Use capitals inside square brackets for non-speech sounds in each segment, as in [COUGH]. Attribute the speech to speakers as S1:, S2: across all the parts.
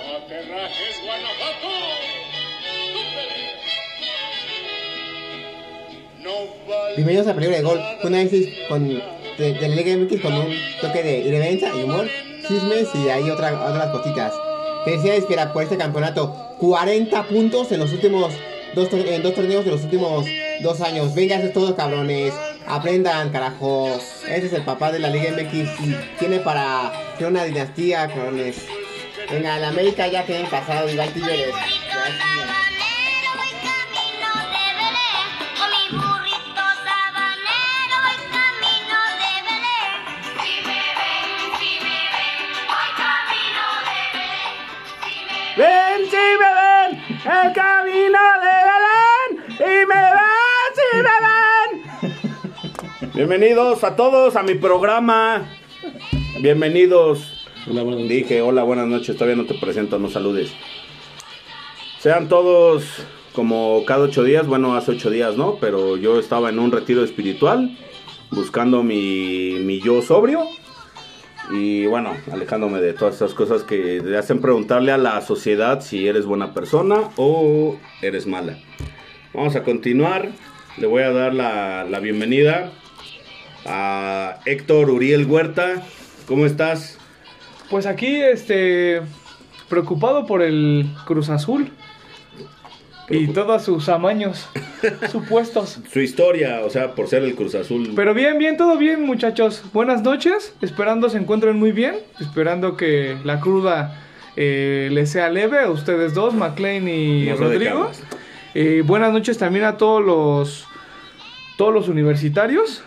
S1: Terrajes, Guanajuato. No vale
S2: Bienvenidos a Película de Gol, un análisis con, de, de la Liga MX con un toque de irreverencia y humor, chismes y ahí otra, otras cositas. Felicidades Fiera por este campeonato, 40 puntos en los últimos dos, tor- en dos torneos de los últimos dos años. Venga, eso es todo cabrones, aprendan carajo. Este es el papá de la Liga MX y tiene para crear una dinastía, cabrones. Venga, en América ya tienen pasado igual Tigres. Ya,
S3: Sabanero, voy camino de Belén, con mi burrito sabanero, voy camino de Belén. Si me ven, si me ven, voy camino de Belén. Si me
S4: Ven si me ven, el camino de Belén, y me ven si me ven. Bienvenidos a todos a mi programa. Bienvenidos.
S5: Hola, buenas noches.
S4: Dije, hola, buenas noches, todavía no te presento, no saludes. Sean todos como cada ocho días, bueno, hace ocho días, ¿no? Pero yo estaba en un retiro espiritual, buscando mi, mi yo sobrio. Y bueno, alejándome de todas esas cosas que te hacen preguntarle a la sociedad si eres buena persona o eres mala. Vamos a continuar. Le voy a dar la, la bienvenida a Héctor Uriel Huerta. ¿Cómo estás?
S6: Pues aquí, este, preocupado por el Cruz Azul y
S4: Preocup-
S6: todos sus amaños supuestos.
S4: Su historia, o sea, por ser el Cruz Azul.
S6: Pero bien, bien, todo bien, muchachos. Buenas noches, esperando se encuentren muy bien, esperando que la cruda eh, les sea leve a ustedes dos, McLean y
S4: No sé de qué
S6: Rodrigo.
S4: hablas.
S6: Eh, buenas noches también a todos los todos los universitarios.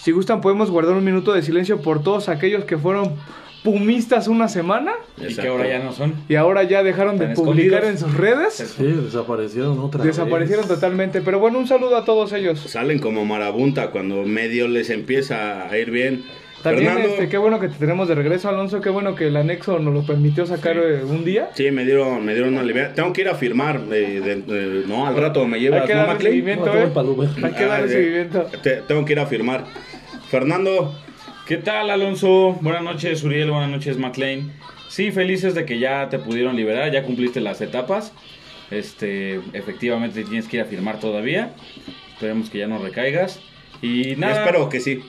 S6: Si gustan podemos guardar un minuto de silencio por todos aquellos que fueron pumistas una semana
S5: Y que
S4: Exacto.
S5: ahora ya no son.
S6: y ahora ya dejaron de
S5: Están
S6: publicar en
S5: escondidos.
S6: sus redes.
S5: Sí, desaparecieron otra
S6: Desaparecieron totalmente, pero bueno, un saludo a todos ellos.
S4: Salen como marabunta cuando medio les empieza a ir bien.
S6: También,
S4: Fernando,
S6: este, qué bueno que te tenemos de regreso, Alonso. Qué bueno que el anexo nos lo permitió sacar eh, un día.
S4: Sí, me dieron, me dieron una libertad. Tengo que ir a firmar. eh, de- eh, no, al rato me
S6: Hay
S4: llevas,
S6: que
S4: ¿no,
S6: darle
S4: Maclay?
S6: seguimiento,
S5: No, te voy
S6: eh.
S5: pa'l Uber.
S6: Hay que darle
S4: Ah, sí.
S6: seguimiento.
S4: Te- tengo que ir a firmar. Fernando,
S5: ¿Qué tal, Alonso? Buenas noches, Uriel. Buenas noches, McLean. Sí, felices de que ya te pudieron liberar, ya cumpliste las etapas. Este, efectivamente tienes que ir a firmar todavía. Esperemos que ya no recaigas. Y nada.
S4: espero que sí.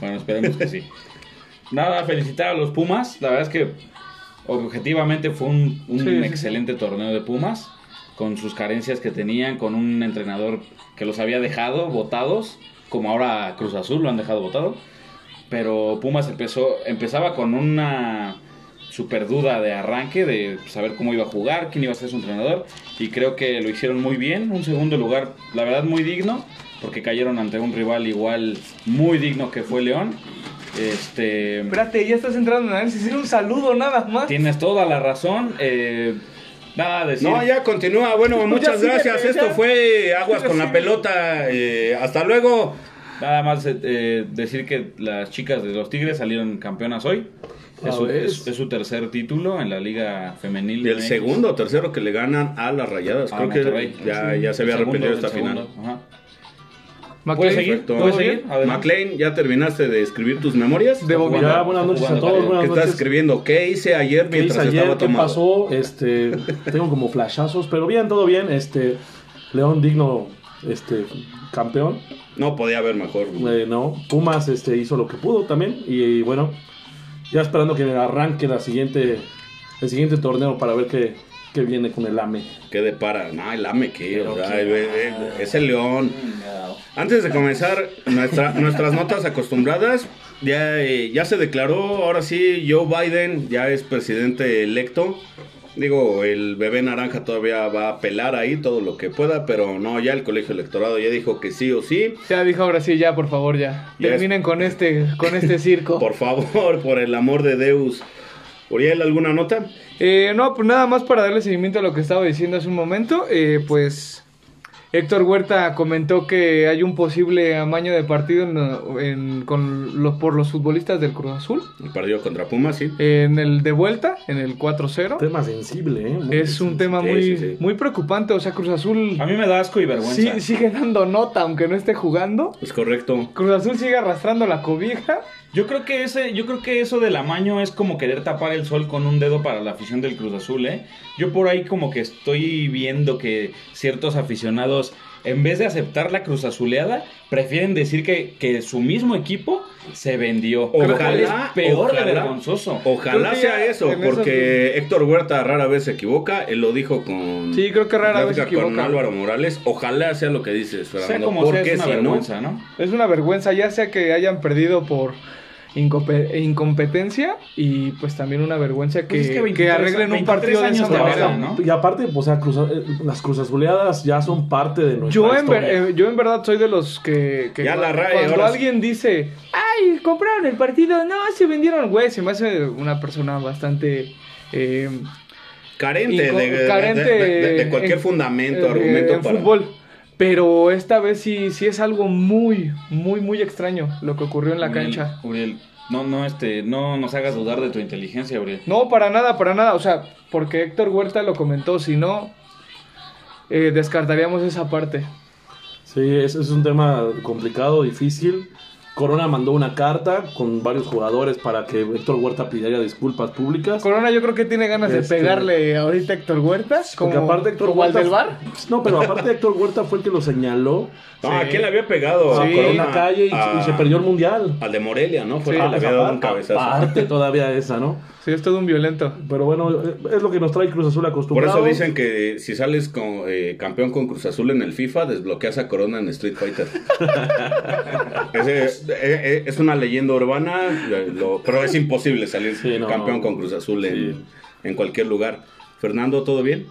S5: Bueno, esperemos que sí. Nada, felicitar a los Pumas. La verdad es que objetivamente fue un, un
S6: Sí, sí, sí.
S5: excelente torneo de Pumas, con sus carencias que tenían, con un entrenador que los había dejado votados, como ahora Cruz Azul lo han dejado votado. Pero Pumas empezó, empezaba con una super duda de arranque, de saber cómo iba a jugar, quién iba a ser su entrenador, y creo que lo hicieron muy bien. Un segundo lugar, la verdad, muy digno, porque cayeron ante un rival igual muy digno que fue León. Este,
S6: Espérate, ya estás entrando en análisis. Era un saludo nada más.
S5: Tienes toda la razón. eh, nada a decir.
S4: No, ya continúa.
S5: [LAUGHS]
S4: Bueno, muchas
S6: síguete,
S4: gracias.
S6: ya.
S4: Esto fue Aguas con la
S6: Síguete.
S4: pelota. eh, hasta luego.
S5: Nada más eh, eh, decir que las chicas de los Tigres salieron campeonas hoy.
S6: Ah,
S5: Es su,
S6: ¿ves?
S5: es- es su tercer título en la Liga Femenil.
S4: Y el
S5: MX.
S4: pues. segundo o tercero que le ganan a las rayadas.
S5: Ah,
S4: Creo
S5: Monterrey.
S4: que ya, ya se
S5: El
S4: había
S5: segundo,
S4: arrepentido
S5: el
S4: esta final.
S5: segundo, ajá.
S6: McLean,
S5: ¿Puedes seguir?
S4: Perfecto.
S5: ¿Puedes
S6: ¿todo bien?
S5: seguir? Adelante.
S4: MacLean, ¿ya terminaste de escribir tus memorias?
S6: De
S5: Bueno,
S6: Bobina.
S5: está
S6: Ah, buenas
S5: jugando la
S6: noches a
S5: Liga.
S6: todos,
S4: ¿Qué
S6: buenas
S4: estás escribiendo? ¿Qué hice ayer
S5: ¿Qué hice
S4: mientras
S5: ayer?
S4: estaba
S5: ¿Qué
S4: tomando?
S5: pasó?
S7: Este, tengo como flashazos, pero bien, todo bien. Este, León digno, este, campeón.
S4: No podía haber mejor. güey.
S7: Eh, no, Pumas, este, hizo lo que pudo también y, y bueno, ya esperando que arranque la siguiente, el siguiente torneo para ver qué, qué viene con el E. AME.
S4: ¿Qué depara? No, el AME, ¿qué? O
S5: Pero
S4: sea,
S5: qué-
S4: el- el- es el león. Antes de comenzar nuestra- nuestras notas acostumbradas, ya, eh, ya se declaró, ahora sí, Joe Biden ya es presidente electo. Digo, el bebé naranja todavía va a apelar ahí todo lo que pueda, pero no, ya el colegio electorado ya dijo que sí o sí.
S6: Ya dijo ahora sí, ya, por favor, ya.
S4: Ya es-
S6: Terminen con este, con
S4: [LAUGHS]
S6: este circo.
S4: Por favor, por el amor de Deus. Uriel, ¿alguna nota?
S6: Eh, no, pues nada más para darle seguimiento a lo que estaba diciendo hace un momento, eh, pues Héctor Huerta comentó que hay un posible amaño de partido en- en- con los, por los futbolistas del Cruz Azul
S4: Perdió contra Pumas, sí.
S6: en el de vuelta, en el 4-0.
S7: Tema sensible, ¿eh? Muy
S6: Es un
S7: sensible.
S6: tema
S4: sí,
S6: muy,
S4: sí, Ah, sí.
S6: muy preocupante, o sea, Cruz Azul
S5: A mí me da asco y vergüenza.
S6: sí- sigue dando nota aunque no esté jugando.
S4: Es correcto.
S6: Cruz Azul sigue arrastrando la cobija
S5: Yo creo que ese, yo creo que eso del amaño es como querer tapar el sol con un dedo para la afición del Cruz Azul, ¿eh? Yo por ahí como que estoy viendo que ciertos aficionados, en vez de aceptar la Cruz Azuleada, prefieren decir que, que su mismo equipo se vendió.
S4: Ojalá,
S5: Creo que es peor de
S4: ojalá.
S5: vergonzoso.
S6: Creo
S4: Ojalá
S6: que
S4: sea
S6: ya
S4: eso,
S6: en eso
S4: porque Héctor Huerta rara vez se equivoca. Él lo dijo con.
S6: Sí, creo que rara vez se
S4: plática Con
S6: equivoca.
S4: Álvaro Morales. Ojalá sea lo que dices,
S5: Sea
S4: Fernando.
S5: como sea,
S4: porque
S5: es una
S4: si no.
S5: vergüenza, ¿no?
S6: Es una vergüenza, ya sea que hayan perdido por incompe- incompetencia y pues también una vergüenza que,
S5: Pues es que
S6: que
S5: 23
S6: arreglen un
S5: 23
S6: partido de esa
S5: años de
S6: manera.
S5: verdad, ¿no?
S7: Y aparte, pues, sea, cruza- eh, las cruzazuleadas ya son parte de nuestra
S6: Yo en, ver-
S7: historia.
S6: eh, yo en verdad soy de los que, que
S4: Ya la
S6: cuando,
S4: raya,
S6: cuando
S4: ahora sí.
S6: alguien dice, ay, compraron el partido, no, se vendieron, güey, se me hace una persona bastante... eh,
S4: Carente,
S6: inco-
S4: de, de- de- de- de cualquier
S6: en-
S4: fundamento,
S6: eh,
S4: argumento
S6: en
S4: para.
S6: fútbol. Pero esta vez sí, sí es algo muy, muy, muy extraño lo que ocurrió en la
S5: Uriel,
S6: cancha.
S5: Uriel, no, no, este, no nos hagas dudar de tu inteligencia, Uriel.
S6: No, para nada, para nada. O sea, porque Héctor Huerta lo comentó, si no, eh, descartaríamos esa parte.
S7: Sí, es, es un tema complicado, difícil. Corona mandó una carta con varios jugadores para que Héctor Huerta pidiera disculpas públicas.
S6: Corona yo creo que tiene ganas
S7: Este-
S6: de pegarle ahorita a Héctor Huerta,
S7: Porque
S6: como, como al del bar.
S7: pues, No, pero aparte Héctor Huerta fue el que lo señaló
S4: No, ¿a quién le había pegado?
S6: Sí.
S4: A
S7: en
S4: Corona,
S7: la calle y,
S4: a-
S7: y se perdió el mundial. Ah,
S4: Al de Morelia, ¿no? Fue el
S6: Sí.
S4: que Ah. le había dado un
S7: Aparte-
S4: cabezazo.
S7: aparte todavía esa, ¿no?
S6: Sí, es todo un violento.
S7: Pero bueno, eh, es lo que nos trae Cruz Azul
S4: Por
S7: acostumbrado.
S4: eso dicen que si sales con, eh, campeón con Cruz Azul en el FIFA, desbloqueas a Corona en Street Fighter. [LAUGHS] Ese es, eh, eh, es una leyenda urbana, eh, lo- pero es imposible salir
S7: Sí, no,
S4: campeón
S7: no.
S4: con Cruz Azul en,
S7: Sí.
S4: en cualquier lugar. Fernando, ¿todo bien?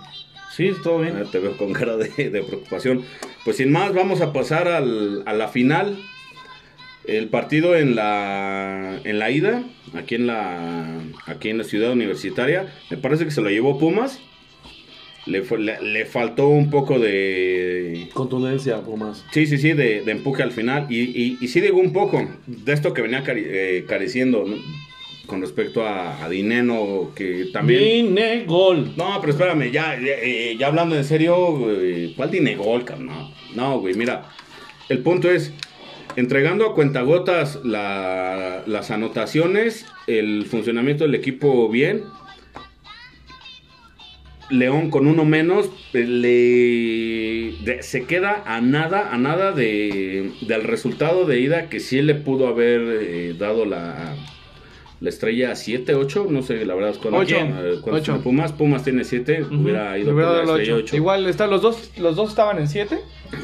S5: Sí, todo bien.
S4: Ah, te veo con cara de, de preocupación. Pues sin más, vamos a pasar al- a la final. El partido en la, en la ida, aquí en la, aquí en la ciudad universitaria, me parece que se lo llevó Pumas. Le, fue- le, le faltó un poco de...
S7: Contundencia, Pumas.
S4: Sí, sí, sí, de, de empuje al final. Y, y, y sí digo un poco de esto que venía cari- eh, careciendo ¿no? con respecto a, a Dineno, que también...
S7: Vine gol.
S4: No, pero espérame, ya, ya, eh, ya hablando en serio, eh, ¿cuál Dinegol, carnal? No, güey, mira, el punto es, entregando a cuentagotas la- las anotaciones, el funcionamiento del equipo bien, León con uno menos, eh, le, de- se queda a nada, a nada de, del resultado de ida que sí le pudo haber eh, dado la... La estrella 7, 8, no sé, la verdad es cuando,
S6: Ocho. Ocho.
S4: Pumas, Pumas tiene 7,
S6: Ujú.
S4: hubiera ido
S6: Le hubiera
S4: por la
S6: dado
S4: estrella
S6: ocho.
S4: ocho.
S6: Igual están los dos, los dos estaban en 7.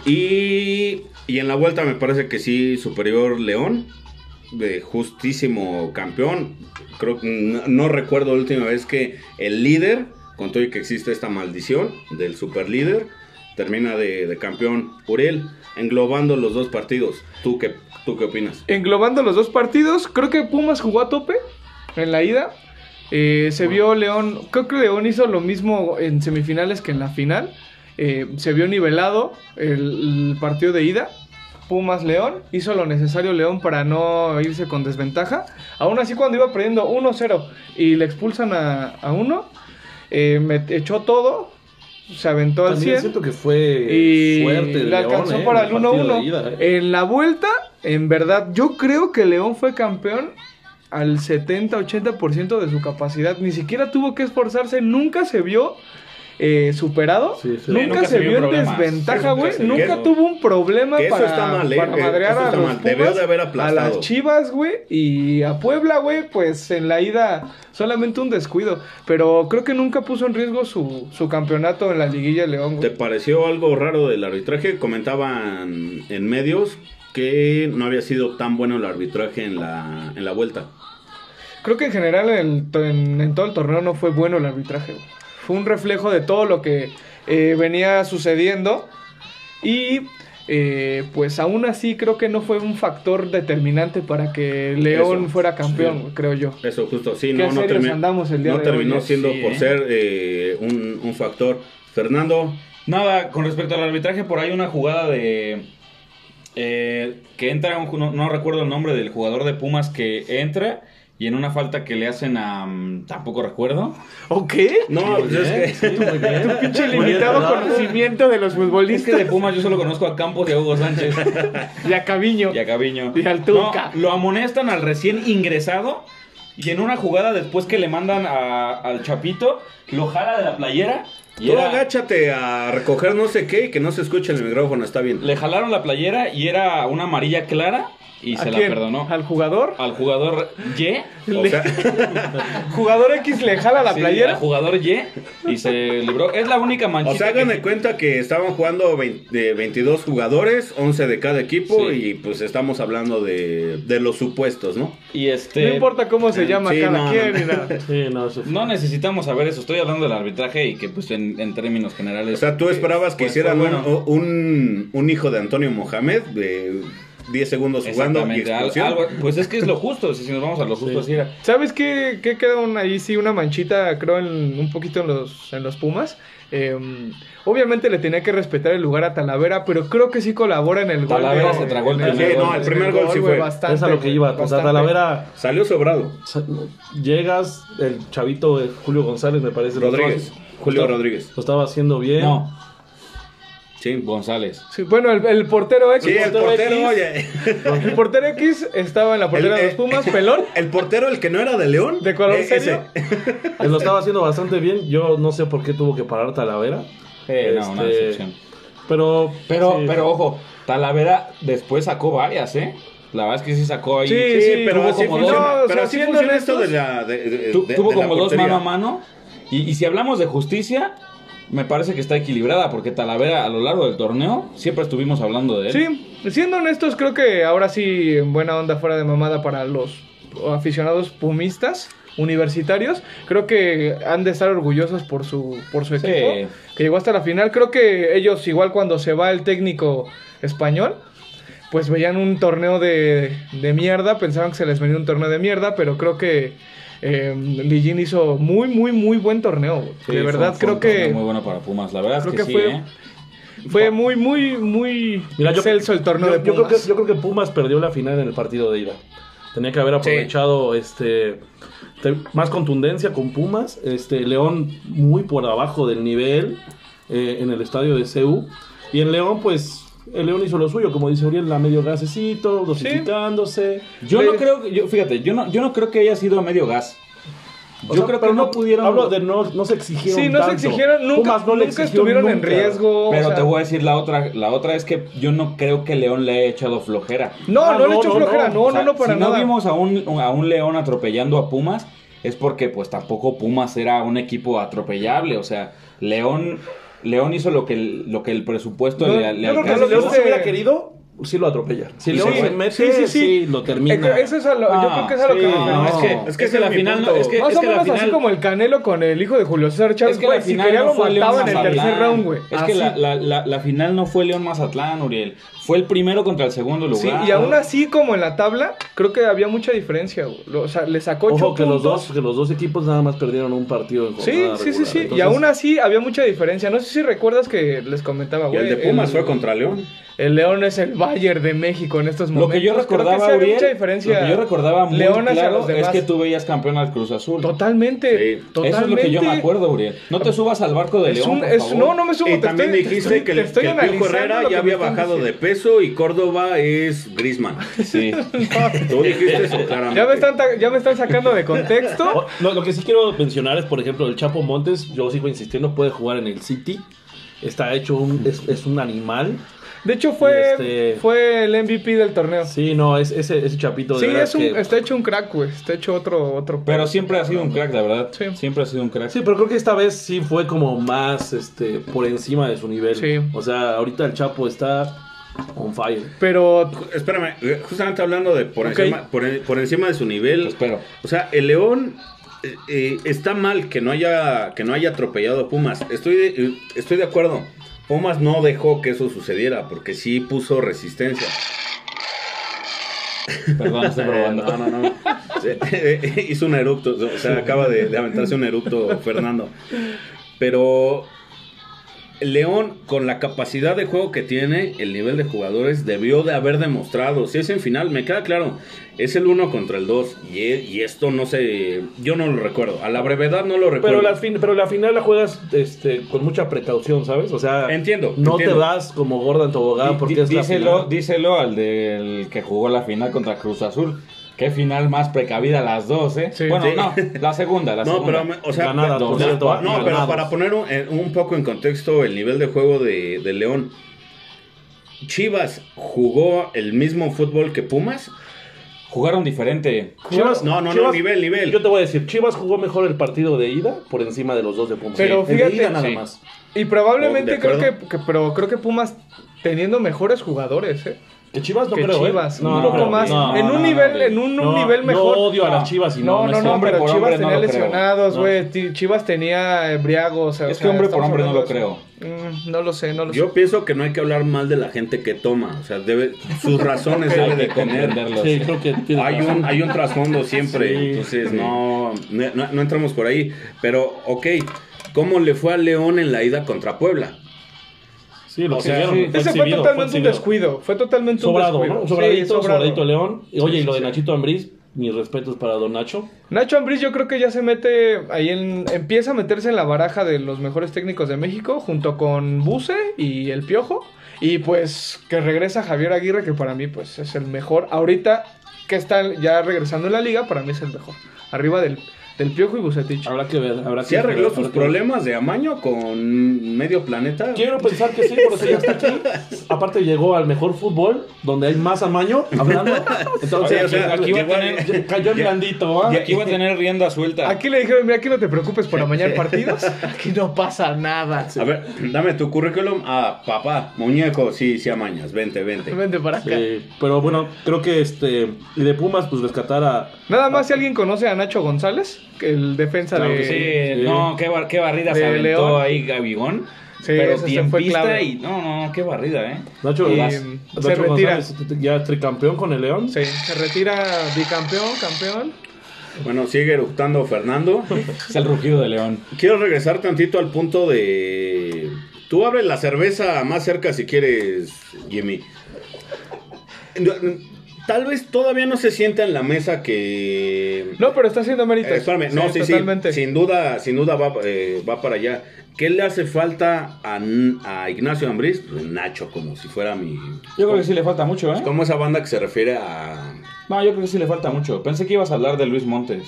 S4: Y, y en la vuelta me parece que sí, superior León, de justísimo campeón. Creo que no, no recuerdo la última vez que el líder, con todo y que existe esta maldición del superlíder, termina de, de campeón. Uriel, englobando los dos partidos, ¿tú qué, tú qué opinas?
S6: Englobando los dos partidos, creo que Pumas jugó a tope en la ida. Eh, se vio León, creo que León hizo lo mismo en semifinales que en la final. Eh, se vio nivelado el, el partido de ida. Pumas León hizo lo necesario León para no irse con desventaja. Aún así, cuando iba perdiendo 1-0 y le expulsan a, a uno, eh, me echó todo, se aventó al
S7: También
S6: 100
S7: siento que fue
S6: y
S7: fuerte. de
S6: le alcanzó
S7: León, ¿eh?
S6: para
S7: En
S6: el
S7: partido de ida,
S6: 1-1.
S7: ¿eh?
S6: En la vuelta, en verdad, yo creo que León fue campeón al 70-80% de su capacidad. Ni siquiera tuvo que esforzarse, nunca se vio eh, superado,
S7: Sí, sí.
S6: Nunca, se, vio en
S5: problemas.
S6: desventaja, güey.
S5: Sí, nunca se vio.
S6: Nunca tuvo un problema
S4: Que eso
S6: para,
S4: está mal, eh,
S6: para
S4: que
S6: madrear
S4: eso
S6: a
S4: está
S6: los
S4: mal. Debió
S6: Pumas,
S4: de haber
S6: a
S4: aplastado.
S6: las Chivas, güey, y a Puebla, güey, pues en la ida solamente un descuido. Pero creo que nunca puso en riesgo su, su campeonato en la liguilla León, güey.
S4: ¿Te pareció algo raro del arbitraje? Comentaban en medios que no había sido tan bueno el arbitraje en la, en la vuelta.
S6: Creo que en general en, el- en- en todo el torneo no fue bueno el arbitraje. güey. Fue un reflejo de todo lo que eh, venía sucediendo. Y eh, pues aún así creo que no fue un factor determinante para que León
S4: Eso,
S6: fuera campeón,
S4: sí.
S6: güey, creo yo.
S4: Eso justo, sí,
S6: Qué
S4: no, no,
S6: serios
S4: termi-
S6: andamos el día
S4: no
S6: de hoy,
S4: terminó
S6: ¿eh?
S4: siendo
S5: Sí,
S4: por
S5: ¿eh?
S4: ser eh, un, un factor. Fernando,
S5: Nada, con respecto al arbitraje, por ahí una jugada de. eh, que entra, un ju- no, no recuerdo el nombre del jugador de Pumas que entra Y en una falta que le hacen a... mm,
S6: [LAUGHS]
S5: tampoco recuerdo.
S6: ¿O qué?
S4: No,
S7: Muy
S4: yo es
S7: bien,
S4: que-
S7: sí, muy bien.
S6: Pinche
S7: Muy bien,
S6: limitado
S7: ¿verdad?
S6: conocimiento de los
S5: Es que
S6: futbolistas.
S5: de Pumas yo solo conozco a Campos y a Hugo Sánchez.
S6: Y a Caviño.
S5: Y a Gaviño.
S6: Y al Tuca.
S5: No, lo amonestan al recién ingresado. Y en una jugada después que le mandan a- al Chapito, lo jala de la playera. Y
S4: Tú
S5: era-
S4: agáchate a recoger no sé qué y que no se escuche el micrófono, está bien.
S5: le jalaron la playera y era una amarilla clara. Y
S6: ¿A
S5: se
S6: quién?
S5: la perdonó.
S6: ¿Al jugador?
S5: Al jugador Y.
S4: O sea,
S6: ¿Jugador X le jala la
S5: Sí,
S6: playera?
S5: Al jugador Y. Y se libró. Es la única
S4: [LAUGHS]
S5: manchita.
S4: o sea,
S5: que-
S4: hagan de cuenta que estaban jugando 20 de 22 jugadores, 11 de cada equipo
S5: Sí.
S4: y pues estamos hablando de, de los supuestos, ¿no?
S5: Y este.
S6: No importa cómo se llama
S4: Sí,
S6: cada
S4: no,
S6: quien
S4: no.
S6: ni nada.
S7: Sí, no, eso fue-
S5: No necesitamos saber eso. Estoy hablando del arbitraje y que, pues, en, en términos generales.
S4: O sea, tú esperabas que
S5: Pues,
S4: hicieran
S5: fue
S4: un,
S5: bueno.
S4: o- un, un hijo de Antonio Mohamed de 10 segundos jugando y
S5: Exactamente, al-
S4: expulsión.
S5: algo- pues es que es lo justo, si si nos vamos a lo justo,
S7: Sí.
S5: sí era.
S6: ¿Sabes qué, qué queda un- ahí? Sí, una manchita, creo, en, un poquito en los, en los Pumas. Eh, obviamente le tenía que respetar el lugar a Talavera, pero creo que sí colabora en el gol.
S5: Talavera
S6: de-
S5: se tragó el
S6: en
S5: primer gol. Sí, no, el
S6: en
S4: primer gol sí
S6: güey,
S4: fue.
S6: bastante,
S7: es a lo que
S6: güey,
S7: iba. O sea,
S6: bastante.
S7: Talavera,
S4: Salió sobrado.
S7: sa- llegas, el chavito eh, Julio González, me
S5: Pues,
S7: parece. lo
S4: Rodríguez.
S7: estaba-
S4: Julio
S7: lo-
S4: Rodríguez.
S7: Lo estaba haciendo bien.
S5: No,
S4: Sí.
S5: González.
S6: Sí, bueno, el, el portero X.
S4: Sí, el portero,
S7: X.
S4: oye.
S6: [LAUGHS] El portero X estaba en la portera
S4: El-
S6: de los Pumas, pelón.
S4: El portero, el que no era de León.
S6: ¿De color
S4: eh,
S6: serio?
S4: ese.
S7: Eh, Lo estaba haciendo bastante bien. Yo no sé por qué tuvo que parar Talavera.
S5: Eh, no, una
S7: Este,
S5: decepción.
S7: Pero,
S5: Pero,
S7: sí.
S5: pero ojo, Talavera después sacó varias, ¿eh? La verdad es que sí sacó ahí.
S6: Sí,
S4: Sí,
S6: sí,
S4: pero
S5: tuvo
S4: así
S5: como
S4: funciona,
S5: dos-
S6: No, o
S4: pero
S6: sea,
S4: así
S6: siendo
S4: funciona esto de
S6: honestos,
S4: la. de- de-
S5: tu-
S4: de-
S5: tuvo
S4: de la
S5: como dos
S4: portería.
S5: mano a mano. Y, y si hablamos de justicia, me parece que está equilibrada, porque Talavera a lo largo del torneo siempre estuvimos hablando de él.
S6: Sí, siendo honestos, creo que ahora sí, en buena onda fuera de mamada para los aficionados pumistas universitarios, creo que han de estar orgullosos por su por su
S5: Sí.
S6: equipo que llegó hasta la final. Creo que ellos igual cuando se va el técnico español, pues veían un torneo de, de mierda, pensaban que se les venía un torneo de mierda, pero creo que eh, Ligín hizo muy muy muy buen torneo. güey.
S5: Sí,
S6: de
S5: fue-
S6: verdad
S5: fue
S6: creo
S5: un
S6: que
S5: torneo Muy bueno para Pumas, la verdad
S6: creo
S5: es que,
S6: que
S5: sí,
S6: fue-
S5: ¿eh?
S6: fue muy muy muy
S7: Mira, yo-
S6: excelso el torneo
S7: yo,
S6: de
S7: yo creo
S6: Pumas.
S7: que, yo creo que Pumas perdió la final en el partido de ida. Tenía que haber aprovechado este te- más contundencia con Pumas. Este León muy por abajo del nivel eh, en el estadio de CU. Y en León, pues, el León hizo lo suyo, como dice Uriel, la medio gasecito, dosificándose.
S5: Yo no
S6: Le-
S5: creo, que- yo, fíjate, yo no, yo no creo que haya sido a medio gas. Yo
S7: O sea,
S5: creo que
S7: pero
S5: no, pudieron.
S7: Hablo de no, no se exigieron.
S6: Sí, no se
S7: tanto.
S6: exigieron, nunca,
S7: Pumas no le
S6: nunca
S7: exigió
S6: estuvieron en
S7: nunca.
S6: riesgo.
S5: Pero
S6: o sea,
S5: te voy a decir la otra, la otra es que yo no creo que León le haya echado flojera.
S6: No,
S7: Ah,
S6: no, le
S7: no,
S6: echó
S7: no,
S6: flojera, no,
S7: no,
S6: no,
S5: O sea,
S6: no, para
S5: si
S6: nada.
S5: no vimos a un, a un León atropellando a Pumas, es porque pues tampoco Pumas era un equipo atropellable. O sea, León, León hizo lo que el, lo que el presupuesto
S6: No,
S5: le, le
S6: yo creo que
S7: Pero
S5: alcanzó.
S7: Si León
S6: Este-
S7: se hubiera querido, sí lo atropella. Si
S5: Sí,
S7: León
S5: sí,
S7: se mete,
S6: sí, sí,
S7: sí,
S6: sí.
S7: lo termina.
S6: Eh, eso es a lo- yo creo que es a lo
S5: sí,
S6: que me
S5: no, es
S6: refiero.
S5: que,
S4: Es que
S5: es que
S4: ese
S5: la
S4: es mi
S5: final no,
S4: punto.
S5: es que,
S6: Más
S5: es
S6: o
S5: que la
S6: menos así
S5: final-
S6: como el Canelo con el hijo de Julio César Chávez,
S5: Es que la
S6: güey, si
S5: final
S6: quería
S5: no
S6: lo
S5: fue León
S6: mataba en el
S5: Mazatlán.
S6: tercer round, güey. Ah,
S5: Es que
S6: Así.
S5: la, la- la- la final no fue León Mazatlán, Uriel. Fue el primero contra el segundo
S6: Sí,
S5: lugar.
S6: y aún así, como en la tabla, creo que había mucha diferencia, güey. Lo- O sea, le sacó
S7: Ojo
S6: ocho
S7: que los,
S6: puntos.
S7: dos, que los dos equipos nada más perdieron un partido en
S6: Sí,
S7: jornada
S6: sí, sí,
S7: regular.
S6: sí. y
S7: Entonces,
S6: aún así había mucha diferencia. No sé si recuerdas que les comentaba,
S4: Y
S6: güey.
S4: el de Pumas
S6: el-
S4: fue contra León.
S6: El León es el Bayern de México en estos
S5: Lo
S6: momentos.
S5: que yo recordaba,
S6: Creo que sí había
S5: Uriel,
S6: mucha diferencia.
S5: lo que yo recordaba muy
S6: León hacia
S5: claro
S6: los demás.
S5: es que tú veías campeón al Cruz Azul.
S6: Totalmente,
S4: Sí.
S6: totalmente.
S5: Eso es lo que yo me acuerdo, Uriel. No te subas al barco de
S6: Es
S5: León,
S6: un-
S5: por
S6: es-
S5: favor.
S6: no, no me subo.
S4: Y
S6: te
S4: también
S6: estoy- te
S4: dijiste
S6: estoy-
S4: que,
S6: te
S4: el-
S6: estoy
S4: que el Piojo
S6: analizando
S4: Herrera
S6: lo que
S4: ya
S6: me
S4: había
S6: están
S4: bajado de
S6: diciendo.
S4: peso y Córdoba es Grisman.
S5: Sí.
S4: Tú dijiste eso, claramente.
S6: Ya me, están, ta- ya me están sacando de contexto.
S4: [LAUGHS]
S7: o- lo, lo que sí quiero mencionar es, por ejemplo, el Chapo Montes, yo sigo insistiendo, puede jugar en el City. Está hecho un, es, es un animal.
S6: De hecho, fue,
S7: Este-
S6: fue el MVP del torneo. Sí,
S7: Sí, no, es, ese, ese chapito de verdad
S6: es un-
S7: que-
S6: está hecho un crack, güey. Está hecho otro. otro
S5: Pero siempre ha sido un crack, la verdad.
S6: Sí.
S5: Siempre ha sido un crack.
S7: Sí, pero creo que esta vez sí fue como más este por encima de su nivel.
S6: Sí.
S7: O sea, ahorita el Chapo está on fire.
S6: Pero
S4: Espérame, eh, justamente hablando de por,
S6: Ok.
S4: encima, por, en- por encima de su nivel.
S5: Te espero.
S4: O sea, el León eh, eh, está mal que no haya que no haya atropellado a Pumas. Estoy de, eh, estoy de acuerdo. Pumas no dejó que eso sucediera porque sí puso resistencia.
S5: Perdón, estoy
S4: Eh,
S5: probando.
S4: [LAUGHS] no, no, no. Sí, eh, Hizo un eructo. O sea, acaba de, de aventarse un eructo Fernando. Pero León, con la capacidad de juego que tiene, el nivel de jugadores debió de haber demostrado. Si es en final, me queda claro, es el uno contra el 2. Y, e- y esto no sé, yo no lo recuerdo. A la brevedad no lo recuerdo.
S7: Pero la, fin- pero la final la juegas este, con mucha precaución, ¿sabes? O sea,
S4: Entiendo,
S7: No
S4: entiendo.
S7: te vas como Gordon Tobogán Ah, porque
S5: Di-
S7: es la
S5: díselo,
S7: final.
S5: díselo al del que jugó la final contra Cruz Azul. Qué final más precavida las dos, ¿eh?
S6: Sí.
S5: bueno,
S4: Sí.
S5: no, la segunda, la
S4: No,
S5: segunda.
S4: pero, o sea,
S7: Ganadas,
S4: pero-
S7: por cierto,
S4: no, pero
S7: ganadas.
S4: para poner un, eh, un poco en contexto el nivel de juego de, de León, Chivas jugó el mismo fútbol que Pumas.
S5: Jugaron diferente.
S7: Chivas-
S4: No, no, no,
S7: Chivas-
S4: nivel, nivel.
S7: Yo te voy a decir, Chivas jugó mejor el partido de ida por encima de los dos de Pumas.
S6: Pero
S7: El de
S6: fíjate,
S7: ida nada
S6: sí.
S7: más.
S6: Y probablemente
S4: Oh, de
S6: creo
S4: acuerdo.
S6: que, que- pero creo que Pumas teniendo mejores jugadores, eh.
S7: Que Chivas no
S6: que
S7: creo, ¿eh?
S6: Chivas,
S7: No,
S6: un
S7: no
S6: poco
S7: creo,
S6: más,
S7: no,
S6: en un
S7: no, no,
S6: nivel,
S7: no,
S6: en un, un
S7: no,
S6: nivel mejor.
S7: No odio a las Chivas y
S6: no, no,
S7: me
S6: no,
S7: estoy-
S5: hombre
S6: pero
S5: por
S6: Chivas
S5: hombre no
S6: tenía
S5: lo creo.
S6: lesionados,
S7: No.
S6: güey. Ti- Chivas tenía eh, briagos.
S5: Es que hombre por hombre no lo
S6: Mm, no lo sé, no lo
S4: Yo pienso que no hay que hablar mal de la gente que toma. O sea, debe, sus razones
S5: Hay
S4: debe de
S5: que ¿eh?
S4: tener.
S5: comprenderlos.
S7: Sí, creo que tiene
S4: Hay
S7: razón.
S4: un, hay un trasfondo siempre,
S7: Sí,
S4: entonces No, no, no entramos por ahí. Pero, ok, ¿cómo le fue a León en la ida contra Puebla?
S7: Sí, lo
S5: O sea,
S7: exhibieron,
S5: sí.
S7: fue
S6: Ese fue
S7: exhibido,
S6: totalmente un
S7: exhibido.
S6: descuido. Fue totalmente
S7: Sobrado,
S6: un
S7: ¿no?
S6: descuido.
S7: Sobradito,
S6: Sí, sobrado.
S7: sobradito León. Y, Oye,
S6: Sí,
S7: y lo
S6: sí,
S7: de
S6: sí.
S7: Nachito Ambriz, mis respetos para Don Nacho.
S6: Nacho Ambriz yo creo que ya se mete ahí en empieza a meterse en la baraja de los mejores técnicos de México junto con Buse y El Piojo y pues que regresa Javier Aguirre que para mí pues es el mejor ahorita que está ya regresando en la liga para mí es el mejor arriba del, del Piojo y Bucetich.
S7: Habrá que ver, habrá que
S4: ¿Se arregló
S7: esperar,
S4: sus
S7: habrá que ver.
S4: problemas de amaño con medio planeta?
S7: Quiero pensar que sí, por eso ya está aquí. Aparte llegó al mejor fútbol, donde hay más amaño, hablando. Entonces,
S4: Oye, o sea,
S7: aquí va a
S4: llegó al-
S7: tener- cayó en
S4: ya-
S7: blandito, ¿ah?
S5: Y aquí va a tener rienda suelta.
S6: Aquí le dijeron, mira, aquí no te preocupes por amañar partidos, aquí no pasa nada.
S4: A ver, dame tu currículum. Ah, papá, muñeco, sí, sí amañas. Vente, vente.
S6: [LAUGHS] Vente para acá.
S7: Sí, pero bueno, creo que este. Y de Pumas, pues rescatar a.
S6: Nada más si alguien conoce a Nacho González, el defensa
S7: Claro
S6: de...
S7: que
S5: Sí, Eh, no, qué, bar- qué barrida
S6: De
S5: se aventó
S6: León.
S5: ahí Gabigón.
S6: Sí,
S5: pero
S6: esa se fue
S5: tiempista
S6: clave.
S5: y no, no, no, qué barrida, ¿eh?
S7: Nacho,
S6: Y,
S7: Gonz-
S6: mm,
S7: Nacho
S6: se retira.
S7: González, ya tricampeón con el León.
S6: Sí, se retira bicampeón, campeón.
S4: Bueno, sigue eructando Fernando.
S5: Es el rugido de León.
S4: Quiero regresar tantito al punto de... Tú abres la cerveza más cerca si quieres, Jimmy. No, no, Tal vez todavía no se sienta en la mesa que...
S6: No, pero está haciendo méritos.
S4: Eh, espérame, no, sí, sí,
S6: totalmente.
S4: sin duda, sin duda va, eh, va para allá. ¿Qué le hace falta a, N- a Ignacio Ambriz? Pues Nacho, como si fuera mi...
S5: Yo creo que sí le falta mucho, ¿eh?
S4: Como esa banda que se refiere a...
S5: No, yo creo que sí le falta mucho. Pensé que ibas a hablar de Luis Montes.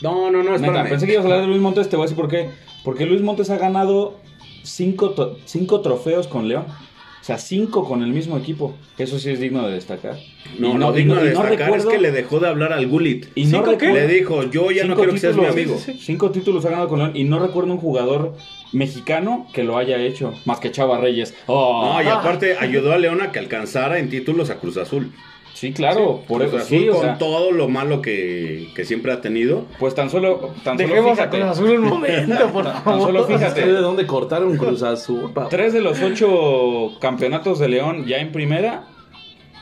S4: No, no, no,
S5: Neta,
S4: espérame.
S5: pensé que ibas a hablar de Luis Montes, te voy a decir por qué. Porque Luis Montes ha ganado cinco, to- cinco trofeos con León. O sea, cinco con el mismo equipo. Eso sí es digno de destacar.
S4: No,
S5: Y
S4: lo
S5: y
S4: digno de
S5: y no
S4: destacar
S5: recuerdo-
S4: es que le dejó de hablar al Gulit.
S5: y no
S6: ¿Cinco qué?
S5: recuerdo-
S4: Le dijo, yo ya no
S5: Cinco
S4: quiero que seas mi
S5: títulos.
S4: amigo.
S5: Sí, sí, sí. Cinco títulos ha ganado con León y no recuerdo un jugador mexicano que lo haya hecho, más que Chava Reyes. Oh,
S4: No, y aparte ayudó a León a que alcanzara en títulos a Cruz Azul.
S5: sí, claro, por
S4: Cruz
S5: eso
S4: Azul
S5: sí, o
S4: con
S5: sea,
S4: todo lo malo que, que siempre ha tenido.
S5: pues tan solo tan solo
S6: Dejemos a
S5: fíjate,
S6: Cruz Azul un momento, por favor.
S5: tan solo
S7: Fíjate de
S5: fíjate,
S7: dónde cortaron Cruz Azul, pa.
S5: tres de los ocho campeonatos de León ya en primera,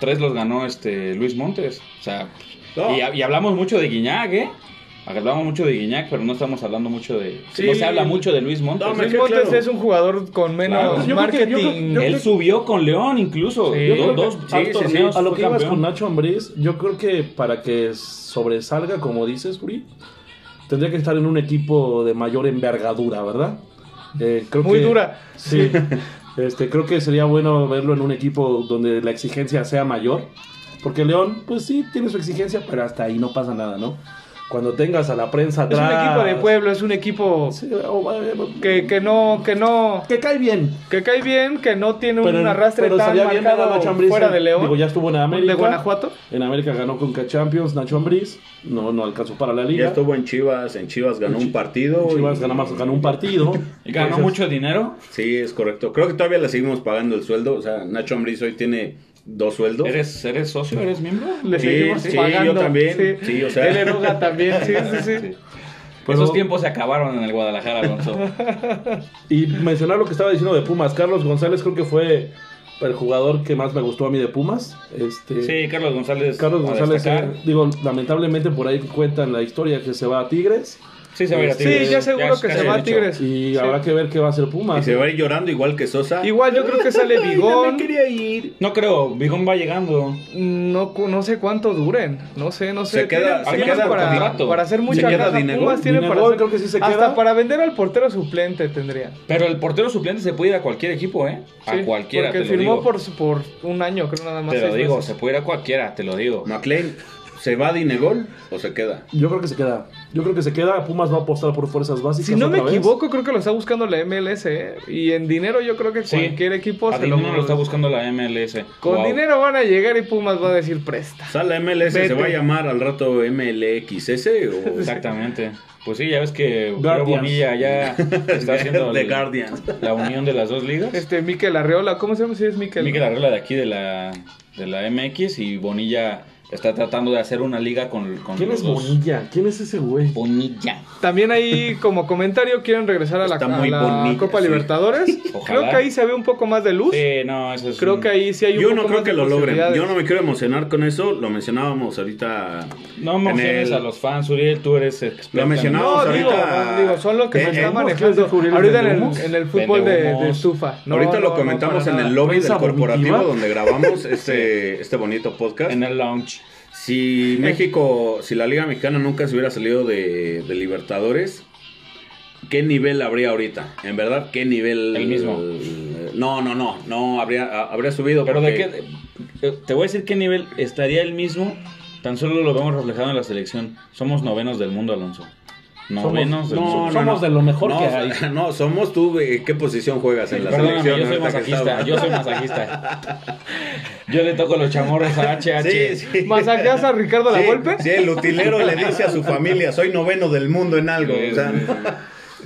S5: tres los ganó este Luis Montes, o sea,
S4: No.
S5: y, y hablamos mucho de Guiñac, ¿eh? Hablamos mucho de Guiñac, pero no estamos hablando mucho de...
S6: Sí.
S5: No se habla mucho de Luis Montes.
S4: No, me
S6: Luis
S4: queda
S6: Montes
S4: claro.
S6: es un jugador con menos
S5: Claro. Yo
S7: creo que- yo creo-
S6: marketing.
S7: yo creo
S5: Él subió con León incluso.
S6: Sí.
S5: Yo
S7: Yo
S5: creo
S7: creo
S5: dos
S7: que-
S5: dos
S7: sí, sí, sí.
S5: torneos
S7: A lo
S5: fue
S7: que ibas
S5: campeón.
S7: con Nacho Ambriz, yo creo que para que sobresalga, como dices, Uri, tendría que estar en un equipo de mayor envergadura, ¿verdad? Eh, creo
S6: Muy
S7: que-
S6: dura.
S7: Sí. [LAUGHS] este, creo que sería bueno verlo en un equipo donde la exigencia sea mayor. Porque León, pues sí, tiene su exigencia, pero hasta ahí no pasa nada, ¿no? Cuando tengas a la prensa
S6: Es un
S7: atrás.
S6: equipo de pueblo, es un equipo
S7: Sí, o- eh,
S6: que, que no, que no,
S7: que cae bien.
S6: que cae bien, que no tiene un arrastre
S7: pero
S6: tan
S7: sabía bien ver a
S6: marcado
S7: Nacho Ambriz
S6: fuera
S7: en-
S6: de León.
S7: Digo, ya estuvo en América.
S6: ¿De Guanajuato?
S7: En América ganó con Champions, Nacho Ambriz. No, no alcanzó para la liga.
S4: Ya estuvo en Chivas, en Chivas ganó un partido.
S7: Chivas
S4: y-
S7: ganó, más- ganó un partido.
S5: [LAUGHS] Y ganó
S7: Entonces,
S5: mucho dinero.
S4: Sí, es correcto. Creo que todavía le seguimos pagando el sueldo. O sea, Nacho Ambriz hoy tiene dos sueldos.
S5: ¿Eres, ¿Eres socio? ¿Eres miembro?
S6: Le
S4: Sí,
S6: seguimos
S4: sí,
S6: pagando.
S4: yo también. Sí, o sea.
S6: Él eruga también, sí, sí, sí.
S7: Pero-
S5: Esos tiempos se acabaron en el Guadalajara, Alonso.
S7: [LAUGHS] Y mencionar lo que estaba diciendo de Pumas. Carlos González creo que fue el jugador que más me gustó a mí de Pumas. Este,
S5: Sí, Carlos González.
S7: Carlos
S5: a
S7: González,
S5: destacar.
S7: eh, digo, lamentablemente por ahí cuentan la historia que se va a Tigres.
S5: Sí, se va a ir a Tigres.
S6: Sí, ya seguro que
S5: casi
S6: se va a
S5: dicho.
S6: Tigres.
S7: Y
S6: Sí.
S7: habrá que ver qué va a hacer Pumas.
S4: Y se va a ir llorando igual que Sosa.
S6: Igual yo creo que sale Bigón.
S5: No creo, Bigón va llegando.
S6: No, cu- no sé cuánto duren. No sé, no sé.
S4: Se queda-
S6: Tienen-
S4: se
S6: tienen
S4: queda con
S6: para,
S5: contrato.
S6: para hacer
S4: Se
S6: mucha
S4: queda
S6: caja.
S4: Dinegol.
S6: Pumas tiene para
S7: Dinegol
S6: hacer-
S7: creo que sí se
S6: Hasta
S7: queda.
S6: para vender al portero suplente tendría.
S5: Pero el portero suplente se puede ir a cualquier equipo, ¿eh? A
S6: Sí,
S5: cualquiera,
S6: Porque
S5: te lo
S6: firmó
S5: digo.
S6: Por, su- por un año, creo nada más.
S5: Te lo
S6: seis
S5: digo,
S6: meses.
S5: se puede ir a cualquiera, te lo digo.
S4: McLean, ¿se va a Dinegol o se queda?
S7: Yo creo que se queda. Yo creo que se queda. Pumas va a apostar por fuerzas básicas.
S6: Si no me
S7: otra vez.
S6: equivoco, creo que lo está buscando la MLS. ¿eh? Y en dinero yo creo que
S5: Sí.
S6: cualquier equipo
S5: A
S6: se
S5: Dinero lo está buscando la MLS.
S6: Con
S5: Wow.
S6: dinero van a llegar y Pumas va a decir presta.
S4: O sea, la MLS se
S6: Vete.
S4: va a llamar al rato MLXS
S6: [LAUGHS]
S4: o
S5: Exactamente. Pues sí, ya ves que Pedro
S7: Guardians.
S4: [LAUGHS]
S5: Bonilla ya está haciendo
S4: The
S5: el-
S4: Guardians.
S5: la unión de las dos ligas.
S6: Este, Miquel Arreola, ¿cómo se llama? Sí, es Miquel.
S5: Miquel Arreola de aquí de la, de la MX y Bonilla está tratando de hacer una liga con, con
S7: ¿Quién
S5: los
S7: es
S5: dos.
S7: Bonilla? ¿Quién es ese güey?
S5: Bonilla.
S6: También
S5: [LAUGHS]
S6: ahí, como comentario, quieren regresar a la,
S4: Está
S6: a
S4: muy
S6: la
S4: bonita,
S6: Copa
S4: sí.
S5: [LAUGHS]
S6: Libertadores.
S5: Ojalá.
S6: Creo que ahí se ve un poco más de luz.
S5: Sí, no, eso es
S6: Creo
S5: un-
S6: que ahí sí hay un
S4: Mm. Yo
S6: poco
S4: no creo
S6: más de
S4: que lo logren. Yo no
S6: posibilidades.
S4: me quiero emocionar con eso. Lo mencionábamos ahorita.
S5: No
S4: en
S5: emociones
S4: el-
S5: a los fans, Uriel, tú eres experto.
S4: Lo
S5: en-
S4: mencionábamos
S6: No, digo,
S4: ahorita.
S6: digo, son los
S4: Eh,
S6: que se
S4: eh,
S6: está
S7: ¿qué
S6: manejando
S7: es de Furiel
S6: ahorita en
S7: Vende
S6: el,
S7: Humos?
S6: en el fútbol de,
S5: Vende Humos.
S6: de estufa. No,
S4: ahorita
S6: no,
S4: lo
S6: no,
S4: comentamos
S6: para
S4: en el
S6: nada.
S4: lobby del
S7: ¿Prensa
S4: corporativo
S7: vomitiva?
S4: donde
S6: [LAUGHS]
S4: grabamos este, este bonito podcast.
S5: En el lounge.
S4: Si México, si la Liga Mexicana nunca se hubiera salido de, de Libertadores, ¿qué nivel habría ahorita? En verdad, ¿qué nivel?
S5: El mismo.
S4: No, no, no, no, habría, a- habría subido.
S5: Pero de
S4: porque
S5: qué, eh, te voy a decir qué nivel estaría el mismo, tan solo lo vemos reflejado en la selección. Somos novenos del mundo, Alonso. Novenos del
S4: No,
S5: mundo.
S4: no,
S7: Somos
S4: no.
S7: de lo mejor
S4: No,
S7: que hay.
S4: [LAUGHS] No, somos tú, eh, ¿qué posición juegas en la
S5: Perdóname,
S4: selección?
S5: yo soy
S4: ahorita que
S5: masajista,
S4: estaba?
S5: yo soy masajista. Yo le toco los chamorros a HH.
S4: Sí, sí.
S6: ¿Masajeas a Ricardo
S4: Sí,
S6: la golpe?
S4: sí, el utilero le dice a su familia, soy noveno del mundo en algo. o sea,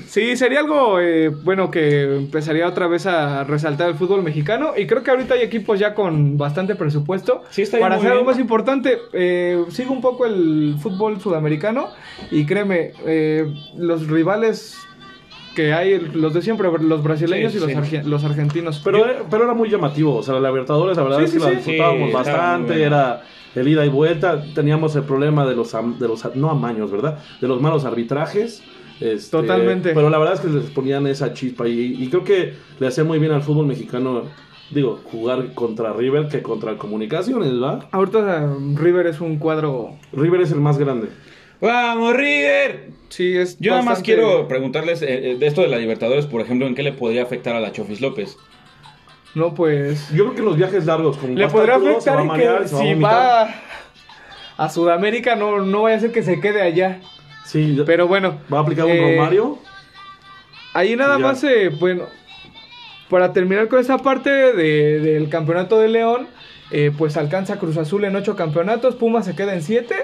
S6: Sí, sería algo eh, bueno que empezaría otra vez a resaltar el fútbol mexicano y creo que ahorita hay equipos ya con bastante presupuesto
S5: Sí, está bien,
S6: para
S5: muy
S6: hacer algo
S5: bien.
S6: más importante. Eh, sigo un poco el fútbol sudamericano y créeme, eh, los rivales que hay, los de siempre, los brasileños
S5: Sí,
S6: y los,
S5: sí.
S6: arge- los argentinos.
S7: Pero, eh, pero era muy llamativo. O sea, la Libertadores, la verdad
S6: Sí,
S7: es
S6: sí,
S7: que la
S6: sí.
S7: disfrutábamos
S5: Sí, estaba muy
S7: bastante.
S5: buena.
S7: Era el ida y vuelta. Teníamos el problema de los, am- de los a- no amaños, ¿verdad? De los malos arbitrajes. este,
S6: Totalmente.
S7: Pero la verdad es que les ponían esa chispa. Y, y creo que le hacía muy bien al fútbol mexicano, digo, jugar contra River que contra Comunicaciones, ¿va?
S6: Ahorita eh, River es un cuadro...
S7: River es el más grande.
S5: ¡Vamos, River!
S6: Sí, es
S5: Yo nada más
S6: bastante-
S5: quiero preguntarles eh, eh, de esto de la Libertadores, por ejemplo, ¿en qué le podría afectar a la Chofis López?
S6: No, pues...
S7: Yo creo que los viajes largos, como va
S6: Le
S7: a estar
S6: podría
S7: crudo, se
S6: afectar
S7: va a
S6: en
S7: marear,
S6: que
S7: se va a
S6: si
S7: vomitar.
S6: va a Sudamérica no, no vaya a ser que se quede allá.
S7: Sí,
S6: Pero bueno.
S7: va a aplicar un
S6: eh,
S7: Romario.
S6: Ahí nada
S7: Ya.
S6: más, eh, bueno, para terminar con esa parte de- del campeonato de León, eh, pues alcanza Cruz Azul en ocho campeonatos, Pumas se queda en siete.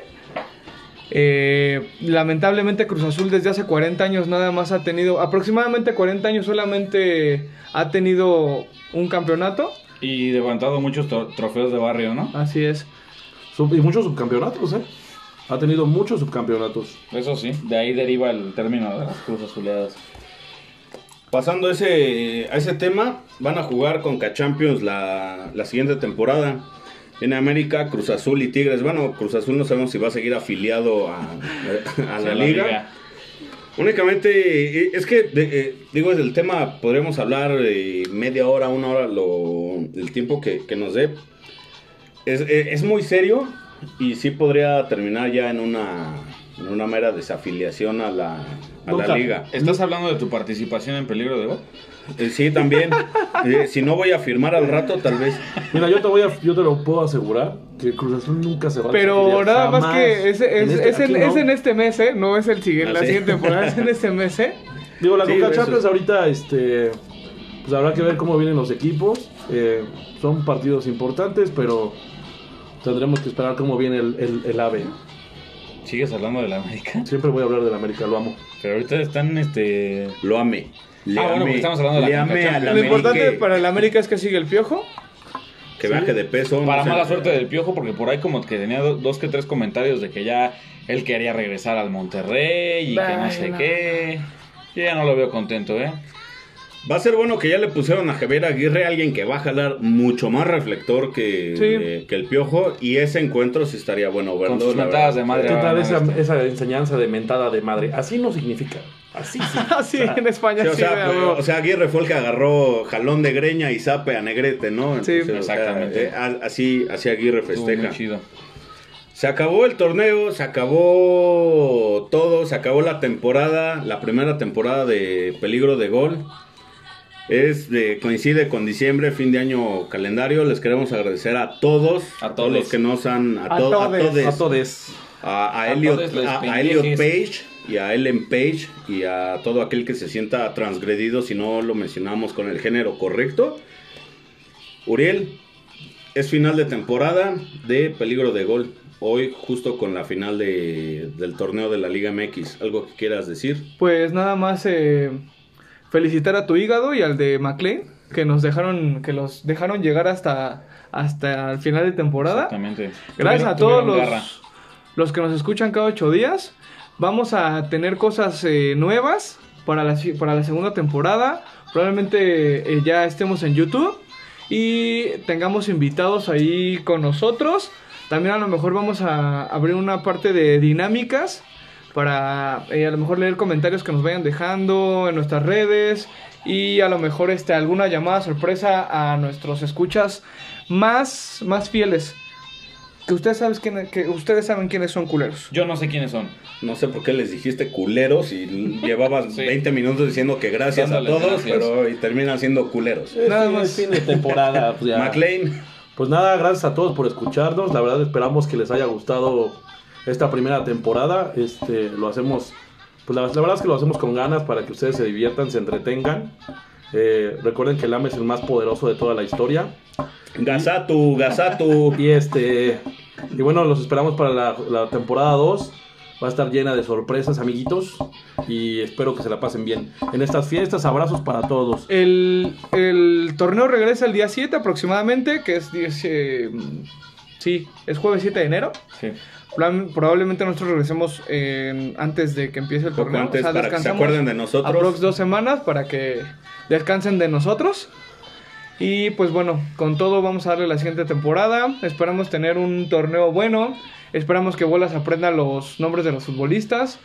S6: Eh, lamentablemente Cruz Azul desde hace 40 años nada más ha tenido, aproximadamente 40 años solamente ha tenido un campeonato.
S5: Y levantado muchos to- trofeos de barrio, ¿no?
S6: Así es.
S7: Sub- y muchos subcampeonatos, ¿eh? Ha tenido muchos subcampeonatos.
S5: Eso sí, de ahí deriva el término de las Cruz Azuleadas.
S4: Pasando ese, a ese tema, van a jugar con Champions la, la siguiente temporada. En América, Cruz Azul y Tigres. Bueno, Cruz Azul no sabemos si va a seguir afiliado a, a la, liga. Únicamente, eh, es que, de- eh, digo, del tema podríamos hablar eh, media hora, una hora, lo, el tiempo que, que nos dé. Es, eh, es muy serio y sí podría terminar ya en una, en una mera desafiliación a la, a la
S7: Nunca.
S4: liga.
S5: ¿Estás hablando de tu participación en peligro de gol?
S4: Eh, Sí,
S5: [LAUGHS]
S4: también. Eh, si no voy a firmar al rato, tal vez.
S7: Mira, yo te voy a, yo te lo puedo asegurar que Cruz Azul nunca se va a
S6: Pero
S7: desafiliar,
S6: nada más
S7: jamás.
S6: que es, es,
S7: En
S6: es,
S7: este-
S6: en,
S7: aquí no.
S6: es en este mes, ¿eh? No es el siguiente,
S4: Ah,
S6: la
S4: sí.
S6: siguiente temporada, es en este mes,
S7: [LAUGHS]
S6: ¿eh?
S7: Digo, la
S4: Sí,
S7: Coca
S4: eso.
S7: Champions ahorita, este, pues habrá que ver cómo vienen los equipos. Eh, son partidos importantes, pero tendremos que esperar cómo viene el, el, el AVE.
S5: ¿Sigues hablando de la América?
S7: Siempre voy a hablar del América, lo amo.
S5: Pero ahorita están, este...
S4: Lo amé. Le
S5: Ah, bueno,
S4: amé.
S5: porque estamos hablando de la
S4: Le amé
S5: Conca
S4: a la
S5: Champions.
S6: Lo importante
S4: América.
S6: para el América es que sigue el piojo.
S4: Que baje de peso. no
S5: Para
S4: sé.
S5: mala suerte del Piojo, porque por ahí como que tenía do- dos que tres comentarios de que ya él quería regresar al Monterrey y que no sé
S6: Bueno.
S5: qué. Yo ya no lo veo contento, ¿eh?
S4: Va a ser bueno que ya le pusieron a Javier Aguirre alguien que va a jalar mucho más reflector que,
S6: Sí.
S4: eh, que el Piojo. Y ese encuentro sí estaría bueno verlo.
S5: Con sus
S4: la
S5: mentadas de
S4: verdad.
S5: madre.
S7: ¿Qué
S5: va a
S7: tal
S5: ganar
S7: esa,
S5: esto.
S7: esa enseñanza de mentada de madre? Así no significa. Así [LAUGHS] sí.
S6: [LAUGHS] Así en España
S4: Sí,
S6: sí,
S4: o, sea,
S6: de a
S4: pues,
S6: huevo.
S4: o sea, Aguirre fue el que agarró jalón de greña y zape a Negrete, ¿no?
S6: Sí.
S4: o sea,
S5: Exactamente.
S4: eh, a- así, así Aguirre
S5: Estuvo
S4: festeja.
S5: muy chido.
S4: Se acabó el torneo, se acabó todo, se acabó la temporada, la primera temporada de Peligro de Gol. Es de- coincide con diciembre, fin de año calendario. Les queremos agradecer a todos,
S5: A
S4: todos los
S5: todes.
S4: que nos han, a,
S6: A
S4: to- a
S6: todes.
S4: todes,
S7: A todos.
S4: a, a
S5: A
S4: Elliot,
S5: todos los
S4: a- a
S5: pendejes.
S4: Elliot Page y a Ellen Page y a todo aquel que se sienta transgredido si no lo mencionamos con el género correcto. Uriel, es final de temporada de peligro de gol. Hoy justo con la final de- del torneo de la Liga MX. ¿Algo que quieras decir?
S6: Pues nada más eh, felicitar a tu hígado y al de McLean, que nos dejaron, que los dejaron llegar hasta, hasta el final de temporada.
S5: Exactamente.
S6: Gracias a
S5: Tuvieron-
S6: todos
S5: tuvieron garra.
S6: los, los que nos escuchan cada ocho días. Vamos a tener cosas eh, nuevas para la, si- para la segunda temporada. Probablemente eh, ya estemos en YouTube y tengamos invitados ahí con nosotros. También a lo mejor vamos a abrir una parte de dinámicas para eh, a lo mejor leer comentarios que nos vayan dejando en nuestras redes y a lo mejor este alguna llamada sorpresa a nuestros escuchas más más fieles. Que ustedes, sabes quién- que ustedes saben quiénes son culeros.
S5: Yo no sé quiénes son.
S4: No sé por qué les dijiste culeros
S5: [LAUGHS]
S4: y llevabas
S5: Sí.
S4: 20 minutos diciendo que gracias
S5: Dándoles
S4: a todos,
S5: gracias.
S4: pero y terminan siendo culeros.
S6: Nada
S7: Nada
S6: más.
S7: más. Fin de temporada. pues, [LAUGHS] ya.
S4: McLean,
S7: Pues nada, gracias a todos por escucharnos. La verdad esperamos que les haya gustado esta primera temporada. Este, lo hacemos, pues la, la verdad es que lo hacemos con ganas para que ustedes se diviertan, se entretengan. Eh, recuerden que el AME es el más poderoso de toda la historia.
S4: Gasatu, Gasatu.
S7: Y este, y bueno, los esperamos para la, la temporada 2. Va a estar llena de sorpresas, amiguitos. Y espero que se la pasen bien. En estas fiestas, abrazos para todos.
S6: El, el torneo regresa el día 7 aproximadamente, que es 10, eh, sí, es jueves 7 de enero.
S5: Sí.
S6: Plan- Probablemente nosotros regresemos en- antes de que empiece el
S4: Poco
S6: torneo.
S4: antes para que se acuerden de nosotros.
S6: Aprox dos semanas para que descansen de nosotros. Y pues bueno, con todo vamos a darle la siguiente temporada. Esperamos tener un torneo bueno. Esperamos que Bolas aprenda los nombres de los futbolistas.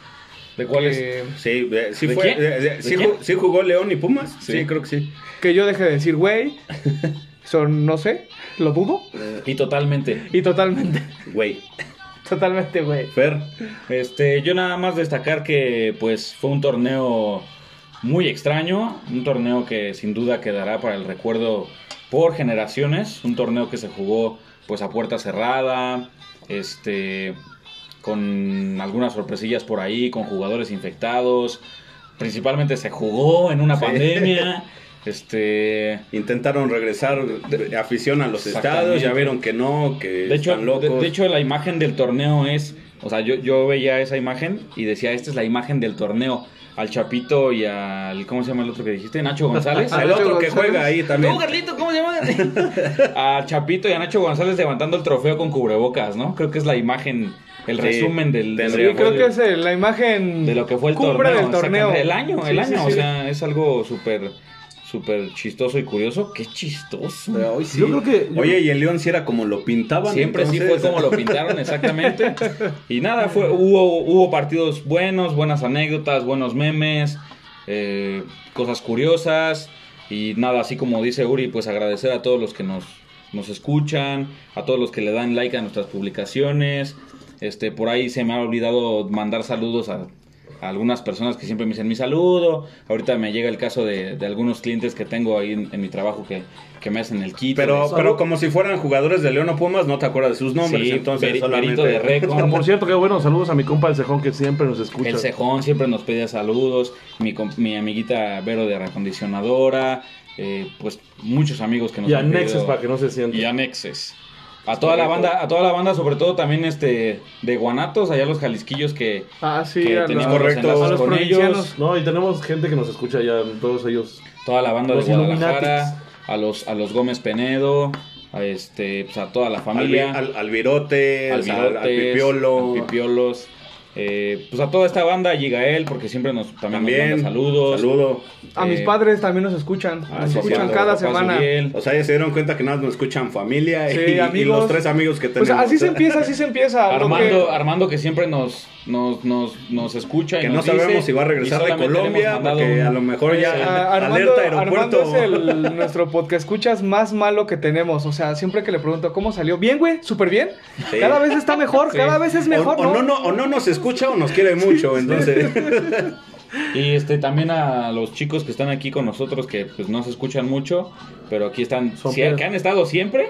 S5: ¿De cuáles?
S6: Que,
S4: Sí, eh, sí,
S5: ¿De
S4: fue,
S5: quién?
S4: eh, eh,
S5: ¿De
S4: sí,
S5: quién?
S4: ju- sí jugó León y Pumas. Sí,
S5: Sí.
S4: creo que sí.
S6: que yo deje de decir,
S5: [LAUGHS]
S6: güey. Son, no sé, lo dudo.
S5: Y totalmente.
S6: Y totalmente, [LAUGHS]
S4: Güey,
S6: totalmente, güey.
S4: Fer,
S5: Este, yo nada más destacar que pues fue un torneo muy extraño, un torneo que sin duda quedará para el recuerdo por generaciones, un torneo que se jugó pues a puerta cerrada, este con algunas sorpresillas por ahí, con jugadores infectados, principalmente se jugó en una
S4: Sí.
S5: pandemia, este
S4: intentaron regresar de- afición a los
S5: Exactamente.
S4: estados, ya vieron que no, que
S5: De hecho,
S4: están locos.
S5: de, de hecho, la imagen del torneo es. O sea, yo, yo veía esa imagen y decía, esta es la imagen del torneo. Al Chapito y al. ¿Cómo se llama el otro que dijiste? Nacho
S6: [LAUGHS]
S5: González.
S4: Ah, el otro que juega ahí también.
S5: No, Carlito, ¿cómo se llama? a Chapito y a Nacho González levantando el trofeo con cubrebocas, ¿no? Creo que es la imagen, el
S4: Sí,
S5: resumen del. del-
S4: tendría-
S6: Sí, creo que es eh, la imagen
S5: de lo que fue el
S6: cumbre
S5: torneo.
S6: del torneo.
S5: exactamente, El año, el
S6: Sí,
S5: año.
S6: sí,
S5: O
S6: sí.
S5: sea, es algo súper. Súper chistoso y curioso. Qué chistoso.
S4: Pero hoy sí.
S7: Yo creo que- yo-
S4: Oye, y el León sí era como lo pintaban.
S5: Siempre sí fue
S4: entonces. [LAUGHS]
S5: como lo pintaron, exactamente. Y nada, fue, hubo, hubo partidos buenos, buenas anécdotas, buenos memes, eh, cosas curiosas. Y nada, así como dice Uri, pues agradecer a todos los que nos, nos escuchan, a todos los que le dan like a nuestras publicaciones. Este, por ahí se me ha olvidado mandar saludos a, a algunas personas que siempre me dicen mi saludo. Ahorita me llega el caso de, de algunos clientes que tengo ahí en, en mi trabajo que, que me hacen el kit.
S4: Pero, pero como si fueran jugadores de León o Pumas, no te acuerdas de sus nombres.
S5: Sí,
S4: entonces
S5: Peri-
S4: solamente.
S5: Perito de Recon.
S7: Por cierto, qué bueno. Saludos a mi compa el Cejón que siempre nos escucha.
S5: El cejón siempre nos pedía saludos, mi, com- mi amiguita Vero de Recondicionadora, eh, pues muchos amigos que nos
S7: Y
S5: han
S7: anexes
S5: pedido-
S7: para que no se sientan.
S5: Y anexes. A toda la banda, a toda la banda, sobre todo también este de Guanatos, allá los jalisquillos que,
S6: Ah, sí,
S5: que
S6: a la-
S5: teníamos los
S4: correcto.
S5: enlaces
S4: A los
S5: con
S6: provincianos.
S5: ellos,
S7: No, y tenemos gente que nos escucha ya, todos ellos.
S5: toda la banda
S7: Los
S5: de Guadalajara,
S7: Illuminatis.
S5: a los, a los Gómez Penedo, a este, pues, a toda la
S4: Al,
S5: familia.
S4: al, al Virote, al, al
S5: Virotes,
S4: Pipiolo.
S5: al Pipiolos. Eh, pues a toda esta banda, Gigael, porque siempre nos también,
S4: También.
S5: nos manda saludos.
S4: Saludo.
S6: A mis
S5: Eh,
S6: padres también nos escuchan.
S5: Ah,
S6: nos
S5: sí,
S6: escuchan
S5: cierto,
S6: cada
S5: papá
S6: semana.
S5: Uriel.
S4: O sea, ya se dieron cuenta que nada más nos escuchan familia y-
S6: Sí,
S4: y,
S6: amigos.
S4: los tres amigos que
S6: Pues
S4: tenemos.
S6: así se empieza, así se empieza. Lo
S5: Armando,
S6: que-
S5: Armando que siempre nos, nos, nos, nos escucha y
S4: Que no
S5: nos dice,
S4: sabemos si va a
S5: y
S4: regresar de
S5: solamente le hemos
S4: Colombia,
S5: mandado
S4: porque
S5: una.
S4: a lo mejor ya
S6: Ah, Armando,
S4: alerta aeropuerto.
S6: Armando es el, nuestro podcast escuchas más malo que tenemos. O sea, siempre que le pregunto cómo salió, bien, güey, súper bien.
S4: Sí.
S6: Cada vez está mejor, cada vez es mejor,
S4: o, o
S6: ¿no?
S4: no, no, o no nos escucha o nos quiere mucho, entonces.
S5: Y este también a los chicos que están aquí con nosotros que pues no se escuchan mucho, pero aquí están,
S7: Son
S5: sí,
S7: fieles.
S5: que han estado siempre.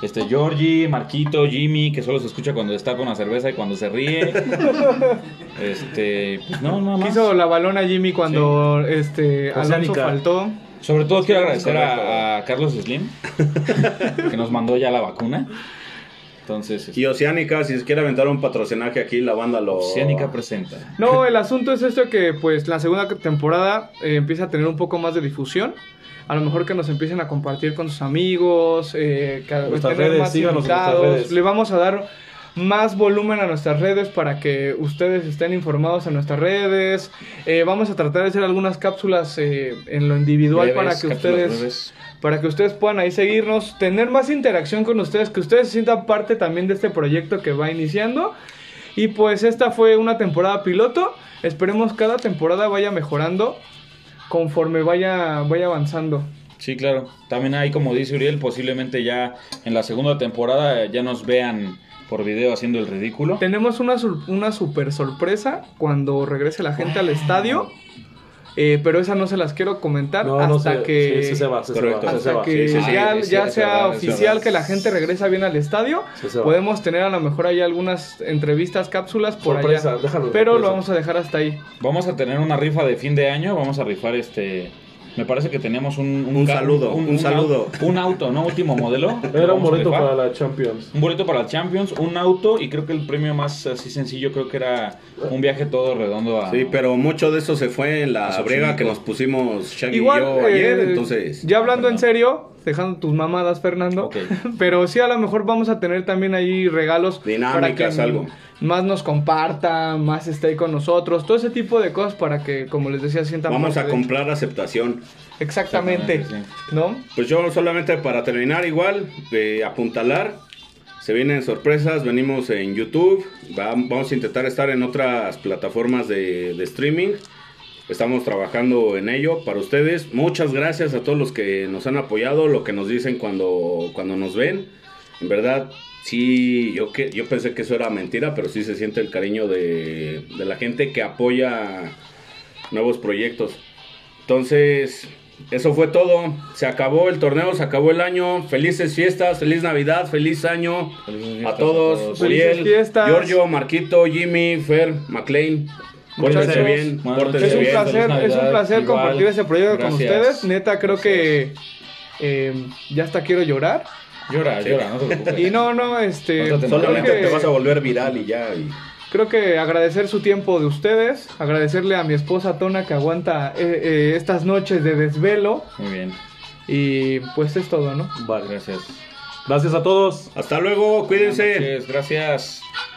S5: Este Georgie, Marquito, Jimmy, que solo se escucha cuando está con la cerveza y cuando
S4: [LAUGHS]
S5: se ríe. este, pues no, nada más.
S6: Quiso la balona Jimmy cuando este Alonso
S7: Oceánica.
S6: faltó.
S5: Sobre todo quiero agradecer a, a Carlos Slim, que nos mandó ya la vacuna. Entonces,
S4: [LAUGHS]
S5: este,
S4: y Oceánica, si se quiere aventar un patrocinaje aquí, la banda lo.
S5: Oceánica presenta.
S6: No, el asunto es esto que pues la segunda temporada eh, empieza a tener un poco más de difusión. A lo mejor que nos empiecen a compartir con sus amigos, eh, que
S7: Nuestras
S6: tener
S7: redes, síganos en nuestras redes.
S6: Le vamos a dar más volumen a nuestras redes para que ustedes estén informados en nuestras redes. Eh, vamos a tratar de hacer algunas cápsulas eh, en lo individual
S5: Breves,
S6: para que
S5: cápsulas
S6: ustedes
S5: breves.
S6: para que ustedes puedan ahí seguirnos, tener más interacción con ustedes, que ustedes se sientan parte también de este proyecto que va iniciando. Y pues esta fue una temporada piloto. Esperemos cada temporada vaya mejorando conforme vaya, vaya avanzando.
S5: Sí, claro. También hay, como dice Uriel, posiblemente ya en la segunda temporada eh, ya nos vean por video haciendo el ridículo.
S6: Tenemos una, sur- una super sorpresa cuando regrese la gente al estadio. eh, pero esa no se las quiero comentar
S7: No, no
S6: Ah, hasta
S7: sé.
S6: que...
S7: Sí, sí se va, sí se
S4: Correcto.
S7: va, sí se
S6: hasta
S7: va.
S6: que
S4: sí, sí,
S6: ya,
S5: sí,
S6: ya
S5: es
S6: sea
S5: verdad, es
S6: oficial
S5: verdad.
S6: que la gente regresa bien al estadio.
S7: Sí, se va.
S6: Podemos tener a lo mejor ahí algunas entrevistas, cápsulas por
S7: Sorpresa,
S6: allá.
S7: déjalo de
S6: pero lo
S7: sorpresa.
S6: vamos a dejar hasta ahí.
S5: Vamos a tener una rifa de fin de año. Vamos a rifar este. Me parece que tenemos un.
S4: Un
S5: ca-
S4: saludo, un saludo.
S5: au- Un auto, ¿no? Último modelo.
S7: Era un
S5: Vamos a
S7: boleto
S5: rifar.
S7: para la Champions.
S5: Un boleto para la Champions, un auto y creo que el premio más así sencillo creo que era un viaje todo redondo a.
S4: Sí, pero mucho de eso se fue en la
S5: Xochimilco.
S4: brega que nos pusimos Shaggy
S6: Igual,
S4: y yo ayer,
S6: eh,
S4: entonces.
S6: ya hablando en
S5: Fernando.
S6: serio, dejando tus mamadas, Fernando.
S5: Ok.
S6: [LAUGHS] Pero sí, a lo mejor vamos a tener también ahí regalos.
S4: Dinámicas, algo.
S6: Más nos compartan, más esté ahí con nosotros. Todo ese tipo de cosas para que, como les decía, sientan
S4: Vamos a
S6: parte de-
S4: comprar aceptación.
S6: Exactamente.
S5: Exactamente,
S6: ¿No?
S4: Pues yo solamente para terminar igual, eh, apuntalar, se vienen sorpresas, venimos en YouTube, va- vamos a intentar estar en otras plataformas de, de streaming, estamos trabajando en ello para ustedes. Muchas gracias a todos los que nos han apoyado, lo que nos dicen cuando, cuando nos ven. En verdad, sí, yo, que, yo pensé que eso era mentira, pero sí se siente el cariño de, de la gente que apoya nuevos proyectos. Entonces, eso fue todo. Se acabó el torneo, se acabó el año. Felices fiestas, feliz Navidad, feliz año
S5: Felices fiestas
S4: a todos.
S6: Felices
S4: Uriel,
S6: fiestas.
S4: Giorgio, Marquito, Jimmy, Fer, McLean.
S6: Muchachos,
S4: Pórtense bien,
S5: buenas
S4: pórtense
S6: Es un
S5: Feliz
S4: bien.
S6: placer,
S5: Navidad,
S6: es un placer
S5: igual.
S6: compartir este proyecto con
S5: Gracias.
S6: ustedes. Neta, creo que eh, ya hasta quiero llorar.
S5: Llora, llora, no te preocupes.
S6: Y no, no, este.
S5: Otra temporada.
S6: creo,
S4: Solamente te vas a
S6: que,
S4: volver viral y ya. y-
S6: creo que agradecer su tiempo de ustedes, agradecerle a mi esposa Tona que aguanta eh, eh, estas noches de desvelo.
S5: Muy bien.
S6: Y pues es todo, ¿no?
S7: Vale.
S5: Gracias.
S7: Gracias a todos.
S4: Hasta luego, cuídense.
S5: Gracias. Gracias.
S3: este